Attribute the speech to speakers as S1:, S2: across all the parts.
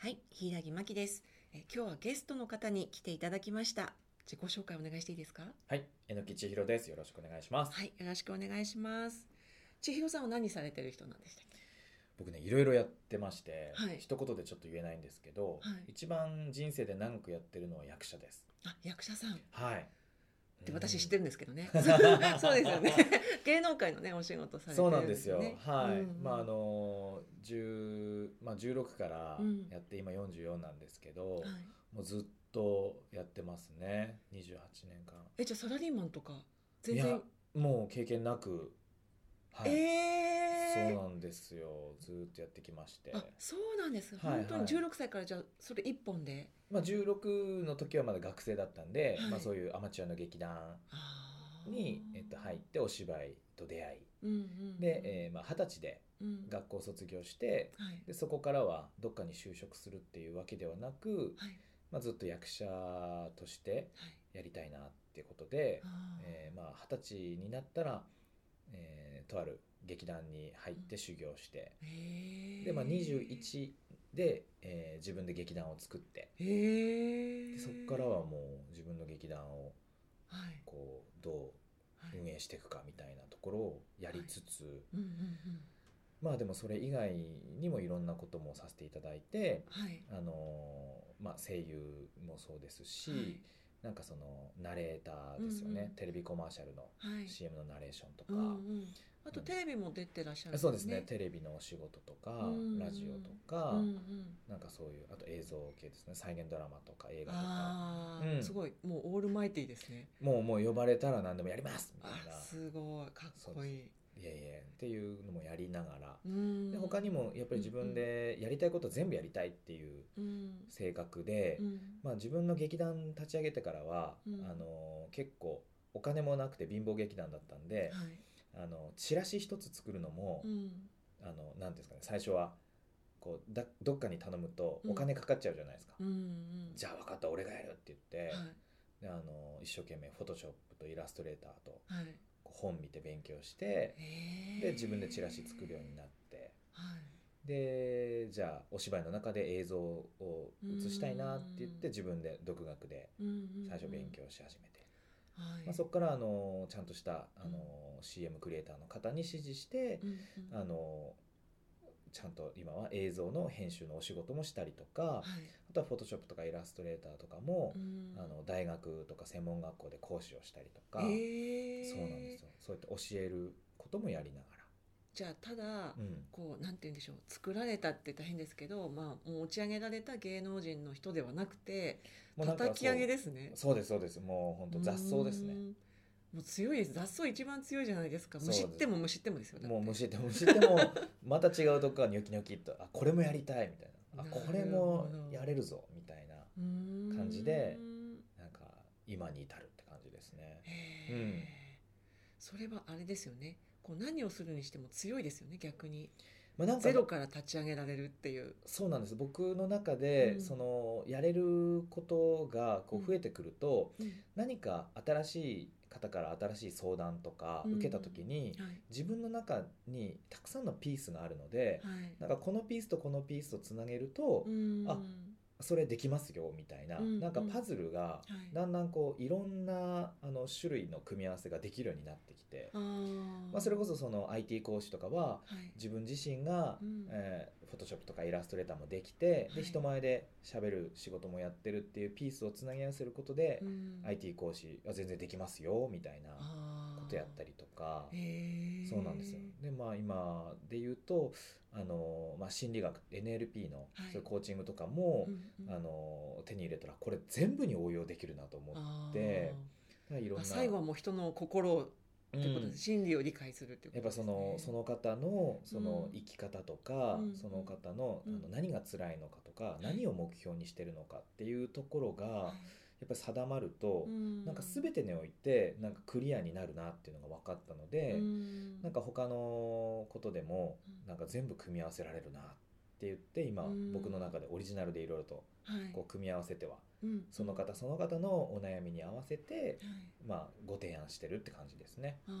S1: はい、柊木真希です。え今日はゲストの方に来ていただきました。自己紹介お願いしていいですか。
S2: はい、えのきちひろです。よろしくお願いします。
S1: はい、よろしくお願いします。千尋さんは何されてる人なんでしたっけ。
S2: 僕ね、いろいろやってまして、
S1: はい
S2: 一言でちょっと言えないんですけど、
S1: はい
S2: 一番人生で長くやってるのは役者です。
S1: あ、役者さん。っ
S2: はい。
S1: て私知って
S2: る。
S1: るんですけど ね。そうですよね。芸能界のね、お仕事されて
S2: そう
S1: る
S2: なん
S1: ん
S2: で
S1: ですす
S2: よ。
S1: よね。
S2: はい。
S1: うんうん
S2: まああの十まあ十六から
S1: うん
S2: やって、今四十四なんですけど、
S1: はい
S2: もうずっとやってますね。二十八年間。
S1: え、じゃあサラリーマンとか全
S2: いや
S1: 然。
S2: もう経験なく。はい。
S1: え
S2: そう
S1: ー。
S2: なんですよ。ずっとやってきまして。
S1: あ、そうなんです。
S2: はいはい
S1: 本当に16歳からじゃあそれ一本で。
S2: まあ、16の時はまだ学生だったんで、
S1: はい
S2: まあ、そういうアマチュアの劇団
S1: あー
S2: に、えっと、入っ。てお芝居と出会
S1: うんうんうん。
S2: いで、えーまあ、20歳で
S1: うん
S2: 学校卒業して
S1: はい。
S2: でそこからはどっかに就職するっていうわけではなく、
S1: はい。
S2: まあ、ずっと役者として
S1: はい。
S2: やりたいなってことで、
S1: あー
S2: えーまあ、20歳になったら、えーとある劇団に入って修行して、で
S1: で
S2: まあ、21で、えー自分で劇団を作って
S1: へ
S2: で
S1: え
S2: そこからはもう自分の劇団を
S1: はい
S2: こうど
S1: は
S2: う
S1: い
S2: 運営していくかみたいなところをやりつつ、
S1: うんうんうん
S2: まあでもそれ以外にもいろんなこともさせていただいて、
S1: はい
S2: あのーまあ、声優もそうですし、なんかそのナレーターですよね、
S1: うんうん
S2: テレビコマーシャルの
S1: はいはい
S2: CM のナレーションとか、
S1: うんうんあとテレビも出てらっしゃるん
S2: そうですねテレビのお仕事とか、
S1: うん
S2: ラジオと
S1: う
S2: か、
S1: んうん
S2: なんかそういうあと映像系ですね再現ドラマとか映画とか
S1: あ
S2: う
S1: あ
S2: ん
S1: すごいもうオールマイティですね
S2: もうもう呼ばれたら何でもやりますみたい
S1: あ
S2: な
S1: すごいかっこいい
S2: いえいえっていうのもやりながら。
S1: うん
S2: で他にもやっぱり自分でやりたいこと全部やりたいっていう
S1: うん
S2: 性格で、
S1: うん
S2: まあ、自分の劇団立ち上げてからは、
S1: うん
S2: あの結構お金もなくて貧乏劇団だったんで、
S1: はい
S2: あのチラシ一つ作るのも、
S1: うん
S2: あのなんていうんですかね最初はこうだどっかに頼むと
S1: うん
S2: お金かかっちゃうじゃないですか。
S1: うんうん
S2: じゃあ分かった俺がやるって言って、
S1: は
S2: であの一生懸命フォトショップとイラストレーターと
S1: いはい
S2: こう本見て勉強して
S1: へー
S2: で自分でチラシ作るようになって
S1: はい
S2: でじゃあお芝居の中で映像を映したいなって言っ
S1: うん
S2: て自分で独学で
S1: うんうんうん
S2: 最初勉強し始めて、
S1: はい
S2: まあ、そこからあのちゃんとしたあの CM クリエイターの方に指示して
S1: うんうん
S2: あのちゃんと今は映像の編集のお仕事もしたりとか
S1: はい
S2: あとはフォトショップとかイラストレーターとかも
S1: うん
S2: あの大学とか専門学校で講師をしたりとか
S1: へー
S2: そうなんですよそうやって教えることもやりなが
S1: じゃあただ、
S2: ら。うん
S1: こうなんて言うんでしょう作られたって大変ですけど、まあ、持ち上げられた芸能人の人ではなくて
S2: もうなんか
S1: 叩き上げ
S2: そう
S1: ですね
S2: そうですそうですもう本当雑草です
S1: うー
S2: ね
S1: んもう強いです雑草一番強いじゃないですか
S2: そうで
S1: む
S2: す
S1: しってもむしってもですよだって
S2: もうむしってむしってもまた違うとこがニョキニョキっとあこれもやりたいみたいな
S1: な
S2: あ
S1: るほど
S2: これもやれるぞみたいな
S1: うーん
S2: 感じでなんか今に至るって感じですね
S1: へ
S2: うん
S1: えそれはあれですよねこう何をするにしても強いですよね逆に
S2: まあなんか
S1: ゼロから立ち上げられるっていう
S2: そうなんです僕の中で、
S1: うん
S2: そのやれることがこう増えてくると、何か新しい方から新しい相談とか
S1: うん
S2: 受けた時に、
S1: はい
S2: 自分の中にたくさんのピースがあるので、
S1: はい
S2: なんかこのピースとこのピースとつなげると、
S1: うーん
S2: あそれできますよみたいな、
S1: うんうん
S2: なんかパズルが
S1: はい
S2: だんだんこういろんなあの種類の組み合わせができるようになってきて、
S1: あー
S2: まあ、それこそその IT 講師とかは
S1: はい
S2: 自分自身が、
S1: うん
S2: えー、フォトショップとかイラストレーターもできて、
S1: はい
S2: で人前で喋る仕事もやってるっていうピースをつなぎ合わせることで、
S1: うん、
S2: IT 講師は全然できますよみたいな
S1: こ
S2: ことやったりとか。
S1: へー
S2: そうなんですよでまあ今で言うとあの、まあ、心理学 NLP の
S1: はい
S2: そういうコーチングとかも、
S1: うんうん
S2: あの手に入れたらこれ全部に応用できるなと思って
S1: あー
S2: いろん
S1: あ
S2: な
S1: 最後はもう人の心をってことで
S2: うん
S1: 心理を理解するってこと
S2: やっ
S1: で
S2: ぱ
S1: す
S2: そ
S1: ね
S2: のその方のその
S1: うん
S2: 生き方とか、
S1: うん
S2: その方のあ
S1: うん
S2: の何が辛いのかとか、何を目標にしてるのかっていうところがやっぱり定まると、なんか全てにおいてなんかクリアになるなっていうのが分かったので、
S1: うん
S2: なんか他のことでも
S1: うん
S2: なんか全部組み合わせられるなって言って今
S1: うん
S2: 僕の中でオリジナルでいろいろと
S1: はい
S2: こう組み合わせては
S1: うん
S2: その方その方のお悩みに合わせて
S1: はい
S2: まあご提案してるって感じですね。
S1: あー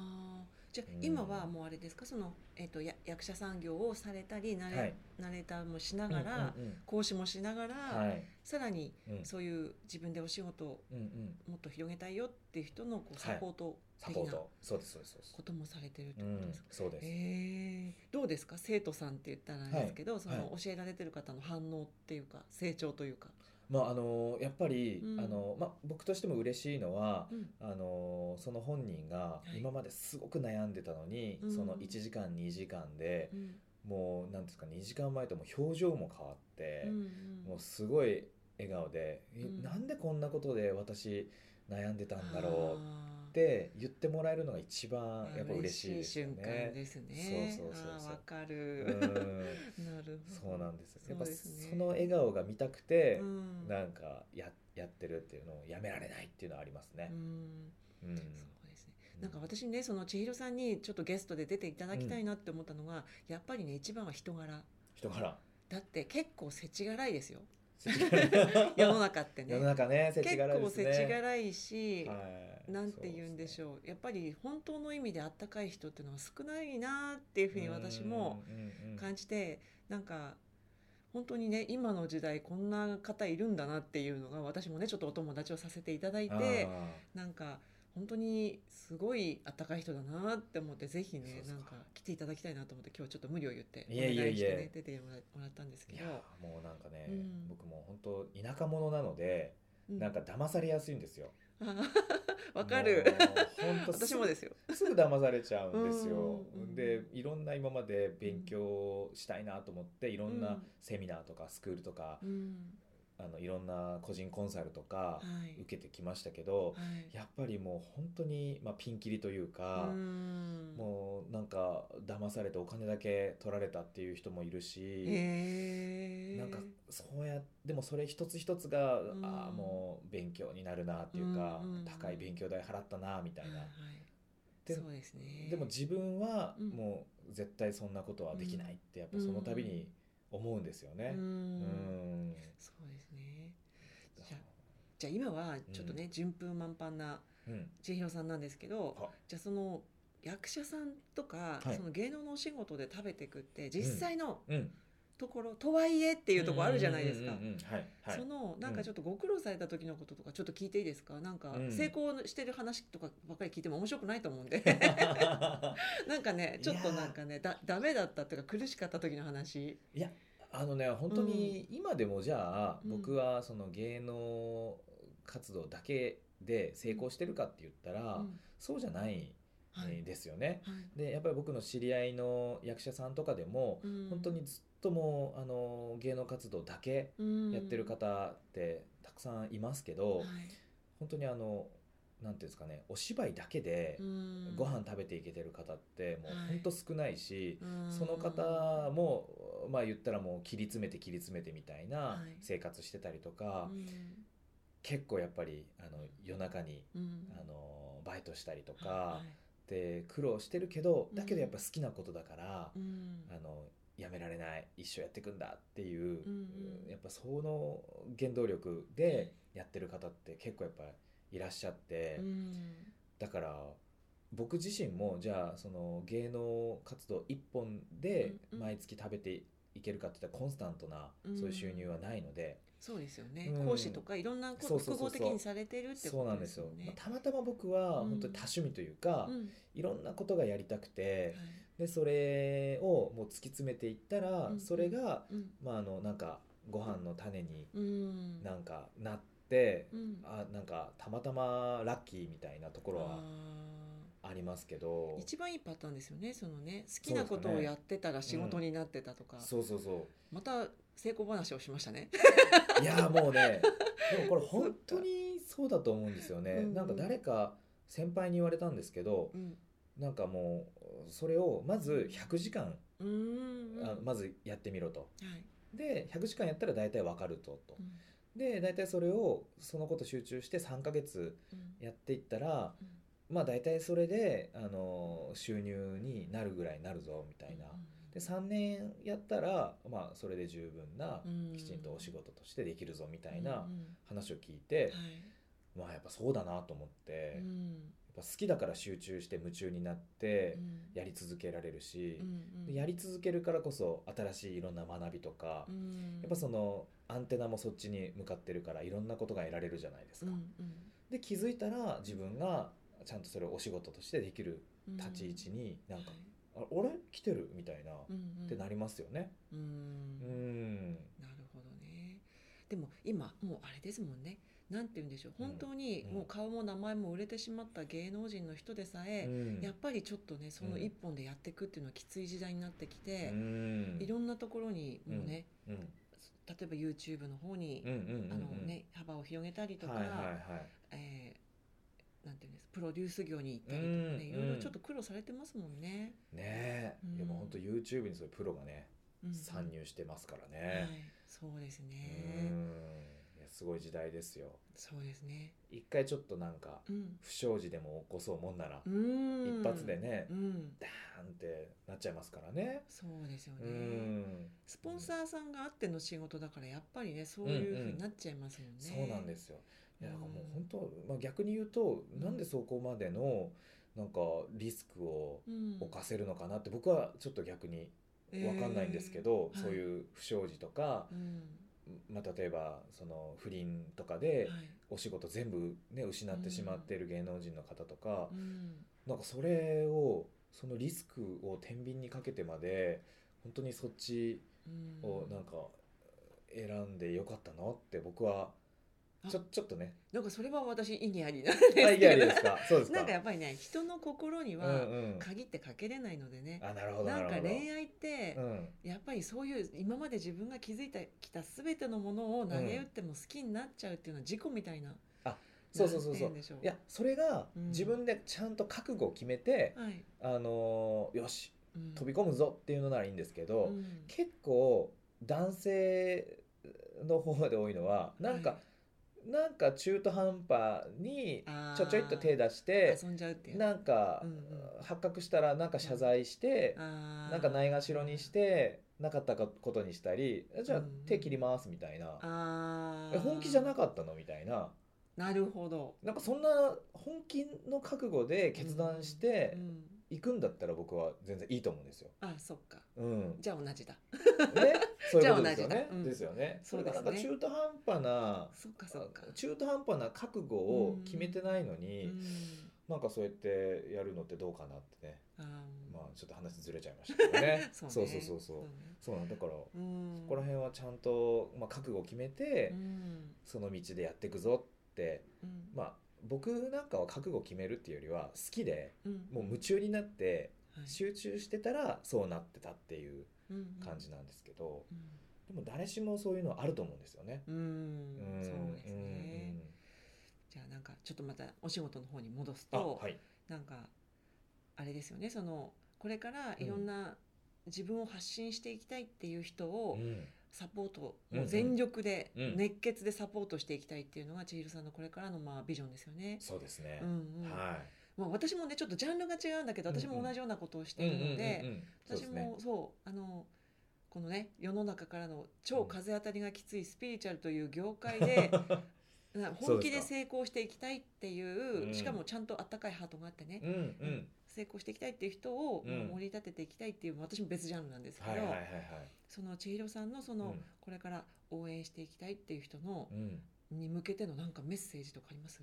S1: じゃあ
S2: うん
S1: 今はもうあれですかその、えっとや役者産業をされたりナレ,、
S2: はい
S1: ナレーターもしながら、
S2: うんうん
S1: 講師もしながら、
S2: うんはい
S1: さらに
S2: うん
S1: そういう自分でお仕事を
S2: うんうん
S1: もっと広げたいよっていう人のこう
S2: は
S1: サ
S2: い
S1: ポート
S2: サ
S1: 的
S2: ポー
S1: な
S2: トそうですそうですそうです
S1: こ。ともされてるって
S2: う
S1: こと
S2: ん
S1: ですか、
S2: そうです。
S1: えーどうですか生徒さんって言ったらあれですけど、その
S2: は
S1: 教えられてる方の反応っていうか成長というか、
S2: まああのやっぱり、
S1: うん
S2: あのまあ僕としても嬉しいのは、
S1: うん
S2: あのその本人が
S1: い
S2: 今まですごく悩んでたのに、
S1: うん
S2: その1時間2時間で
S1: う、ん
S2: もうなんていうんですか2時間前ともう表情も変わって
S1: うん、
S2: もうすごい笑顔で、え
S1: うん
S2: なんでこんなことで私悩んでたんだ
S1: あ
S2: ろう
S1: ー
S2: って言ってもらえるのが一番やっぱ嬉しい
S1: 嬉
S2: で
S1: し
S2: す
S1: い
S2: よ
S1: 瞬間
S2: ね。
S1: ですね。
S2: そうそうそうそう
S1: あーわか
S2: う
S1: る。
S2: ん
S1: なるほど。
S2: そうなんですやっぱ
S1: そうですね
S2: その笑顔が見たくて、
S1: うん
S2: なんかややってるっていうのをやめられないっていうのはありますね
S1: う。ん
S2: うん
S1: そうですね。なんか私ね、その千尋さんにちょっとゲストで出ていただきたいなって思ったのが、やっぱりね、一番は人柄。
S2: 人 から
S1: だって結構世知辛いですよ。
S2: 世知辛い
S1: 世の中ってね。
S2: 世の中ね世知
S1: 結
S2: 辛いで
S1: 構
S2: すね
S1: 世知辛いし、
S2: はい
S1: なんて言うんでし
S2: う
S1: ょうやっぱり本当の意味であったかい人っていうのは少ないなっていうふうに私も
S2: うんうんうん
S1: 感じてなんか本当にね今の時代こんな方いるんだなっていうのが私もねちょっとお友達をさせていただいて
S2: あ
S1: なんか本当にすごいあったかい人だなって思ってぜひ
S2: そう
S1: ね
S2: です
S1: な
S2: か
S1: んか来ていただきたいなと思って今日ちょっと無理を言ってお
S2: いえ
S1: 願い
S2: い
S1: して
S2: え
S1: ね
S2: いえ
S1: 出てもらもらったんです
S2: ー
S1: け
S2: い
S1: ど
S2: や、ーもうなんかね、
S1: うん
S2: 僕も本当田舎者なので、
S1: う
S2: なんか騙されやすいんですよ。
S1: あーわかる
S2: もう。本当
S1: 私もですよ。
S2: すぐ騙されちゃうんですよ
S1: うんうん。
S2: でいろんな今まで勉強したいなと思っていろん
S1: う
S2: なんセミナーとかスクールとか、
S1: うん
S2: あのいろんな個人コンサルとか
S1: はい
S2: 受けてきましたけど、
S1: はい
S2: やっぱりもう本当に、まあ、ピンキリという
S1: う
S2: か。
S1: ん
S2: もうなんか騙されてお金だけ取られたっていう人もいるし、
S1: へー
S2: なんかそうやでもそれ一つ一つが、
S1: うん
S2: ああもう勉強になるなっていうか、
S1: うんうんうん
S2: 高い勉強代払ったなみたいな
S1: は、い
S2: で
S1: そうですね
S2: でも自分は
S1: うん
S2: もう絶対そんなことはできないってやっぱその度に思うんですよね。
S1: う
S2: うんん
S1: そうですねじゃあじゃあ今はちょっとね、順風満帆な
S2: うん
S1: 千尋さんなんですけど
S2: は
S1: じゃあその役者さんとか、
S2: はい
S1: その芸能のお仕事で食べてくって実際の
S2: うん、っ
S1: ところ、とはいえって
S2: て
S1: いうところあるじゃないですか。
S2: はいはい
S1: そのなんかちょっとご苦労された時のこととかちょっと聞いていいですかなんか
S2: うん
S1: 成功してる話とかばっかり聞いても面白くないと思うんで なんかねちょっとなんかねだダメだったっていうか苦しかった時の話
S2: いやあのね本当に今でもじゃあ、
S1: うん
S2: 僕はその芸能活動だけで成功してるかって言ったら、
S1: うん
S2: そうじゃない
S1: はい
S2: えーですよね。
S1: はい
S2: でやっぱり僕の知り合いの役者さんとかでも、
S1: うん
S2: 本当にずっともうあの芸能活動だけやってる
S1: か
S2: 方ってたくさんいますけど、本当にあのなんていうんですかねお芝居だけでご飯食べていけてる方ってもう
S1: はい
S2: 本当少ないし、その
S1: は
S2: 方もまあ言ったらもう切り詰めて切り詰めてみたいな
S1: はい
S2: 生活してたりとか、
S1: い
S2: 結構やっぱりあの夜中に、あのバイトしたりとか、で苦労してるけど
S1: うん
S2: だけどやっぱ好きなことだから、あのやめられない一生やっていくんだっていう、
S1: うんうん
S2: やっぱその原動力でやってる方って結構やっぱいらっしゃって、だから僕自身もじゃあその芸能活動一本で
S1: うんうん
S2: 毎月食べていけるかって言ったらコンスタントな
S1: うん
S2: そういう収入はないので、
S1: そうですよね
S2: うん
S1: 講師とかいろんなこ
S2: そうそうそう
S1: 複
S2: そう
S1: 合的にされてるって
S2: そ
S1: こ
S2: うな
S1: と
S2: んで
S1: ですすよ
S2: よ、ま
S1: ね
S2: あたまたま僕は
S1: うん
S2: 本当に多趣味というか、
S1: うん
S2: いろんなことがやりたくて、
S1: はい
S2: でそれをもう突き詰めていったら、
S1: うんうん
S2: それが
S1: うん
S2: まああのなんかご飯の種に
S1: うん
S2: なんかなって、
S1: うん
S2: あなんかたまたまラッキーみたいなところは
S1: あ
S2: ありますけど
S1: ー一番いいパターンですよねそのね好きなことをやってたら仕事になってたとか
S2: そうそうそう
S1: また成功話をしましたね
S2: いやーも うねでもこれ本当にそうだと思うんですよね、
S1: うん
S2: なんか誰か先輩に言われたんですけど
S1: うん
S2: なんかもうそれをまず100時間、
S1: うーん
S2: あ
S1: うん
S2: まずやってみろと
S1: はい
S2: で100時間やったら大体わかるとと
S1: うん
S2: で大体それをそのこと集中して3ヶ月
S1: うん
S2: やっていったら
S1: うん
S2: まあ大体それであの収入になるぐらいになるぞみたいなで3年やったらまあそれで十分な
S1: うん
S2: きちんとお仕事としてできるぞみたい
S1: うん
S2: な
S1: うん
S2: 話を聞い
S1: は
S2: て
S1: い
S2: まあやっぱそうだなと思って
S1: う
S2: や
S1: ん
S2: っぱ好きだから集中して夢中になって
S1: うん
S2: やり続けられるし
S1: うんうん
S2: やり続けるからこそ新しいいろんな学びとか
S1: うん
S2: やっぱそのアンテナもそっちに向かってるからいろんなことが得られるじゃないです
S1: うん
S2: か。
S1: うん
S2: で気づいたら自分がちゃんとそれをお仕事としてできる
S1: うん
S2: 立ち位置になんか
S1: はい
S2: 「あ俺来てる?」みたいな、
S1: うんうん
S2: ってなりますよね。
S1: う
S2: うんん
S1: なるほどね。でも今もうあれですもんね。なんて言うんでしょう。
S2: うん
S1: 本当に
S2: うん
S1: もう顔も名前も売れてしまった芸能人の人でさえ、
S2: うん
S1: やっぱりちょっとねその
S2: うん
S1: 一本でやっていくっていうのはきつい時代になってき
S2: う
S1: て、
S2: ん
S1: いろんなところにもうね、
S2: うん
S1: 例えば YouTube の方に、
S2: うんうんうん
S1: あのね幅を広げたり
S2: う
S1: と
S2: ん
S1: か、
S2: はいはいはい
S1: えーなんていうんですプロデュース業に行ったりとかね、
S2: うん
S1: いろいろちょっと苦労されてますもんね。
S2: ね
S1: うん
S2: えでも本当 YouTube にそういうプロがね
S1: うん
S2: 参入してますから
S1: はい
S2: ね。、
S1: そうです
S2: う
S1: ね。
S2: んいやすごい時代ですよ。
S1: そうですね。
S2: 一回ちょっとなんか
S1: うん。
S2: 不祥事でも起こそうもんなら
S1: うん
S2: 一発で。ね
S1: うん。
S2: ダーンってなっちゃいますからね。
S1: そうですよ
S2: う
S1: ね。
S2: ん
S1: スポンサーさんがあっての仕事だからやっぱりねそういうふうになっちゃいますもんね。
S2: そうなんで。すよ。いや
S1: うん
S2: なんかもう本当、まあ、逆に言うと、
S1: うん
S2: なんでそこまでのなんかリスクを
S1: うん。
S2: 犯せるのかなって僕はちょっと逆に分かんないんですけど、
S1: えー
S2: そういう不祥事とか、
S1: えー。うん。
S2: まあ、例えばその不倫とかで
S1: はい。
S2: お仕事全部、ね、失ってしまっている芸能人の方とか
S1: う、ん。
S2: なんかそれをそのリスクを天秤にかけてまで本当にそっち
S1: うん
S2: をなんか選んでよかったのって僕はちょ
S1: あ
S2: ちょっとね
S1: なんかそれは私意義ありなんですけど
S2: あ、いやいやですか。そうです か。
S1: なんかやっぱりね人の心に
S2: うん
S1: は
S2: うん、
S1: 限ってかけれないのでね、
S2: あ、なるほど、
S1: な
S2: なんるほ
S1: か
S2: ど。
S1: 恋愛って
S2: うん、
S1: やっぱりそういう今まで自分が築いてきた全てのものを投げ打っても好きになっちゃうっていうのは事故みたいな。
S2: あそうそうそう
S1: なんて
S2: そう
S1: 言んでしょう
S2: いや、それが
S1: うん
S2: 自分でちゃんと覚悟を決めて、
S1: はい、
S2: あのーよし、
S1: うん
S2: 飛び込むぞっていうのならいいんですけど、
S1: うん
S2: 結構男性の方で多いのは、なんか、
S1: は
S2: なんか中途半端に
S1: あー
S2: ちょちょいっと手出して、
S1: 遊んじゃうっていう。
S2: なんか、
S1: うんうん
S2: 発覚したらなんか謝罪して、
S1: あー
S2: なんかないがしろにしてなかったことにしたりじゃあ
S1: うん
S2: 手切りますみたいな、
S1: あー
S2: え本気じゃなかったのみたいな
S1: なるほど。
S2: なんかそんな本気の覚悟で決断して
S1: うん
S2: いくんだったら僕は全然いいと思うんですよ。
S1: あそっか
S2: うん、
S1: じゃあ同じだ。
S2: ねそうい
S1: じ
S2: うことですよ
S1: ゃあ同じだ
S2: ね。
S1: うん
S2: ですよね。
S1: そ
S2: そうれ
S1: で
S2: が
S1: すね
S2: なんか中途半端な
S1: そっかそっか。
S2: 中途半端な覚悟を決めてないの
S1: う
S2: に、
S1: ん
S2: なんかそうやってやるのってどうかなってね、
S1: あー。
S2: まあちょっと話ずれちゃいましたけど ね
S1: そうね
S2: そうそうそうそうう。
S1: ね
S2: そうなんだから
S1: うん
S2: ここら辺はちゃんと、まあ、覚悟を決めて、
S1: うん
S2: その道でやっていくぞって、
S1: うん
S2: まあ、僕なんかは覚悟を決めるっていうよりは好きで
S1: うん
S2: もう夢中になって
S1: はい
S2: 集中してたらそうなってたっていう
S1: うんうん
S2: 感じなんですけど、
S1: うん
S2: でも誰しもそういうのはあると思うんですよね。
S1: う
S2: うんん
S1: そうですね。じゃあなんかちょっとまたお仕事の方に戻す
S2: うんうんあ
S1: と、
S2: はい、
S1: なんかあれですよねそのこれからいろんな自分を発信していきたいっていう人
S2: う
S1: を
S2: ん
S1: サポート、
S2: うん
S1: もう全力で
S2: うん
S1: 熱血でサポートしていきたいっていうのが千尋さんのこれからのまあビジョンですよね。
S2: そうですね。
S1: うんうん
S2: は
S1: まあ、私もねちょっとジャンルが違うんだけど私も同じようなことをして
S2: い。
S1: いるので、
S2: うんうんうんうんそうで
S1: 私
S2: す ね
S1: も。そうあのこのね世の中からの超風当たりがきついスピリチュアルという業界 でな本気で成功していきたいっていう
S2: うん
S1: しかもちゃんとあったかいハートがあってね、
S2: うんうん。
S1: 成功していきたいっていう人を
S2: うん
S1: もう盛り立てていきたいっていう私も別ジャンルなんですけど、
S2: はいはいはいはい。
S1: その千尋さんのそうの、
S2: ん
S1: これから応援していきたいっていう人の
S2: うん。
S1: に向けてのなんかメッセージとかあります、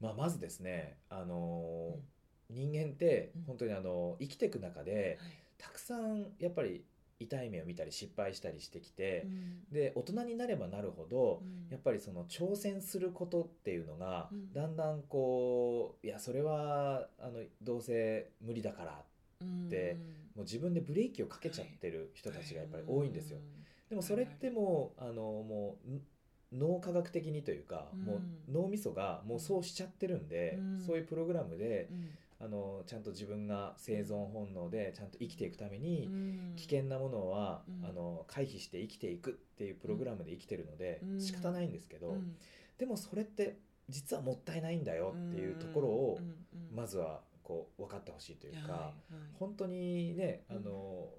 S2: まあ、まずですね、あのー
S1: うん
S2: 人間って
S1: うん
S2: 本当にあの生きていく中で
S1: はい
S2: たくさんやっぱり痛い目を見たり失敗したりしてきて、
S1: うん
S2: で大人になればなるほど、
S1: うん
S2: やっぱりその挑戦することっていうのが、
S1: うん
S2: だんだんこういやそれはあのどうせ無理だからって
S1: うん
S2: もう自分でブレーキをかけちゃってる人たちがやっぱり多いんですよ。
S1: うん
S2: でもそれってもうあのもうん脳科学的にというか、
S1: うん
S2: もう脳みそがもうそうしちゃってるんで、
S1: うん
S2: そういうプログラムで
S1: うん
S2: あのちゃんと自分が生存本能でちゃんと生きていくために、危険なものは、
S1: うん
S2: あの回避して生きていくっていうプログラムで生きてるので、
S1: うん
S2: 仕方ないんですけど、
S1: うん
S2: でもそれって実はもったいないんだよっていうところを、
S1: うんうん
S2: まずはこう分かってほしいというか、
S1: はいはい
S2: 本当にねあの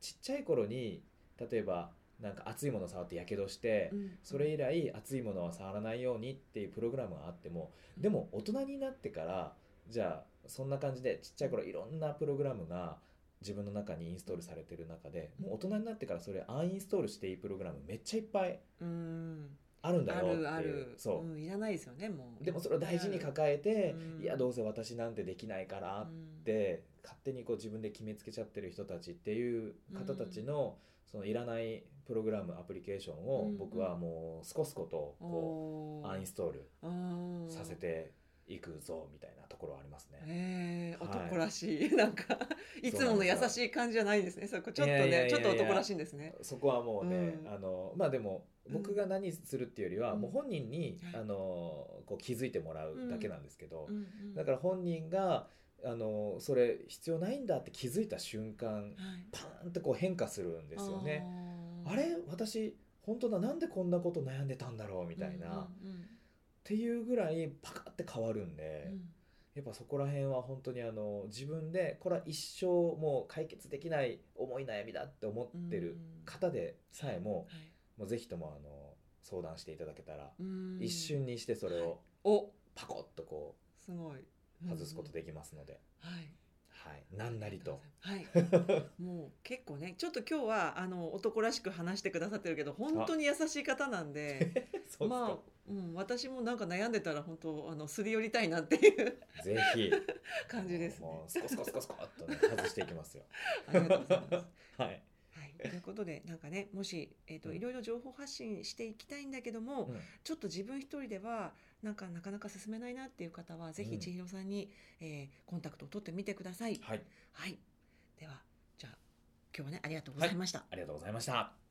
S2: ちっちゃい頃に例えばなんか熱いもの触ってやけどして、
S1: うん
S2: それ以来熱いものは触らないようにっていうプログラムがあってもでも大人になってからじゃあそんな感じでちっちゃい頃いろんなプログラムが自分の中にインストールされてる中でもう大人になってからそれアンインストールしていいプログラムめっちゃいっぱい
S1: うん
S2: あるんだ
S1: あ
S2: よっていう
S1: るある
S2: そう、
S1: んいらないですよねもう
S2: でもそれを大事に抱えて、
S1: うん
S2: いやどうせ私なんてできないからっ
S1: うん
S2: て勝手にこう自分で決めつけちゃってる人たちっていう方たちの、そのいらないプログラムアプリケーショ
S1: う
S2: ン
S1: ん
S2: を
S1: うん
S2: 僕はもうすこすことこう、
S1: おー
S2: アンインストール
S1: あー
S2: させていくぞみたいなところはありますね。
S1: えー
S2: はい
S1: 男らしい、 なんかいつもの優しい感じじゃないですねそこちょっと
S2: いやいやいや
S1: ね
S2: い
S1: ち
S2: や
S1: ょっと男らしいんですね
S2: そこはもうね、
S1: うん
S2: あのまあでも僕が何するっていうよりは、
S1: うん
S2: もう本人に、
S1: はい
S2: あのこう気づいてもらうだけなんですけど、
S1: うんうん
S2: だから本人があのそれ必要ないんだって気づいた瞬間
S1: はい
S2: パーンってこう変化するんですよね。
S1: あ
S2: あ
S1: ー
S2: れ私本当だなんでこんなこと悩んでたんだろうみたいな、っ
S1: うんうん
S2: ていうぐらいパカって変わるん
S1: う
S2: で、
S1: ん
S2: やっぱそこら辺は本当にあの自分でこれは一生もう解決できない重い悩みだって思ってる方でさえも、
S1: はい
S2: もうぜひともあの相談していただけたら、
S1: うん
S2: 一瞬にしてそれを
S1: お
S2: パコッとこ
S1: すごい、
S2: う外すことできますので、
S1: うんうんはい
S2: はい、なんなりと。
S1: はい、もう結構ねちょっと今日はあの男らしく話してくださってるけど本当に優しい方なんで
S2: そうですか
S1: まあ、うん、私もなんか悩んでたら本当あのすり寄りたいなっていう
S2: ぜひ
S1: 感じですね。
S2: もうスコスコスコスコっとね外していきますよ。
S1: ありがとうございます。
S2: はい。
S1: はい、ということでなんかねもし、えーと
S2: うん
S1: いろいろ情報発信していきたいんだけども、
S2: うん
S1: ちょっと自分一人ではなんかなかなか進めないなっていう方はぜ
S2: う
S1: ひ
S2: ん
S1: 千尋さんに、えーコンタクトを取ってみてください。
S2: はい、
S1: はい、ではじゃあ今日はねありがとうございました。
S2: ありがとうございました。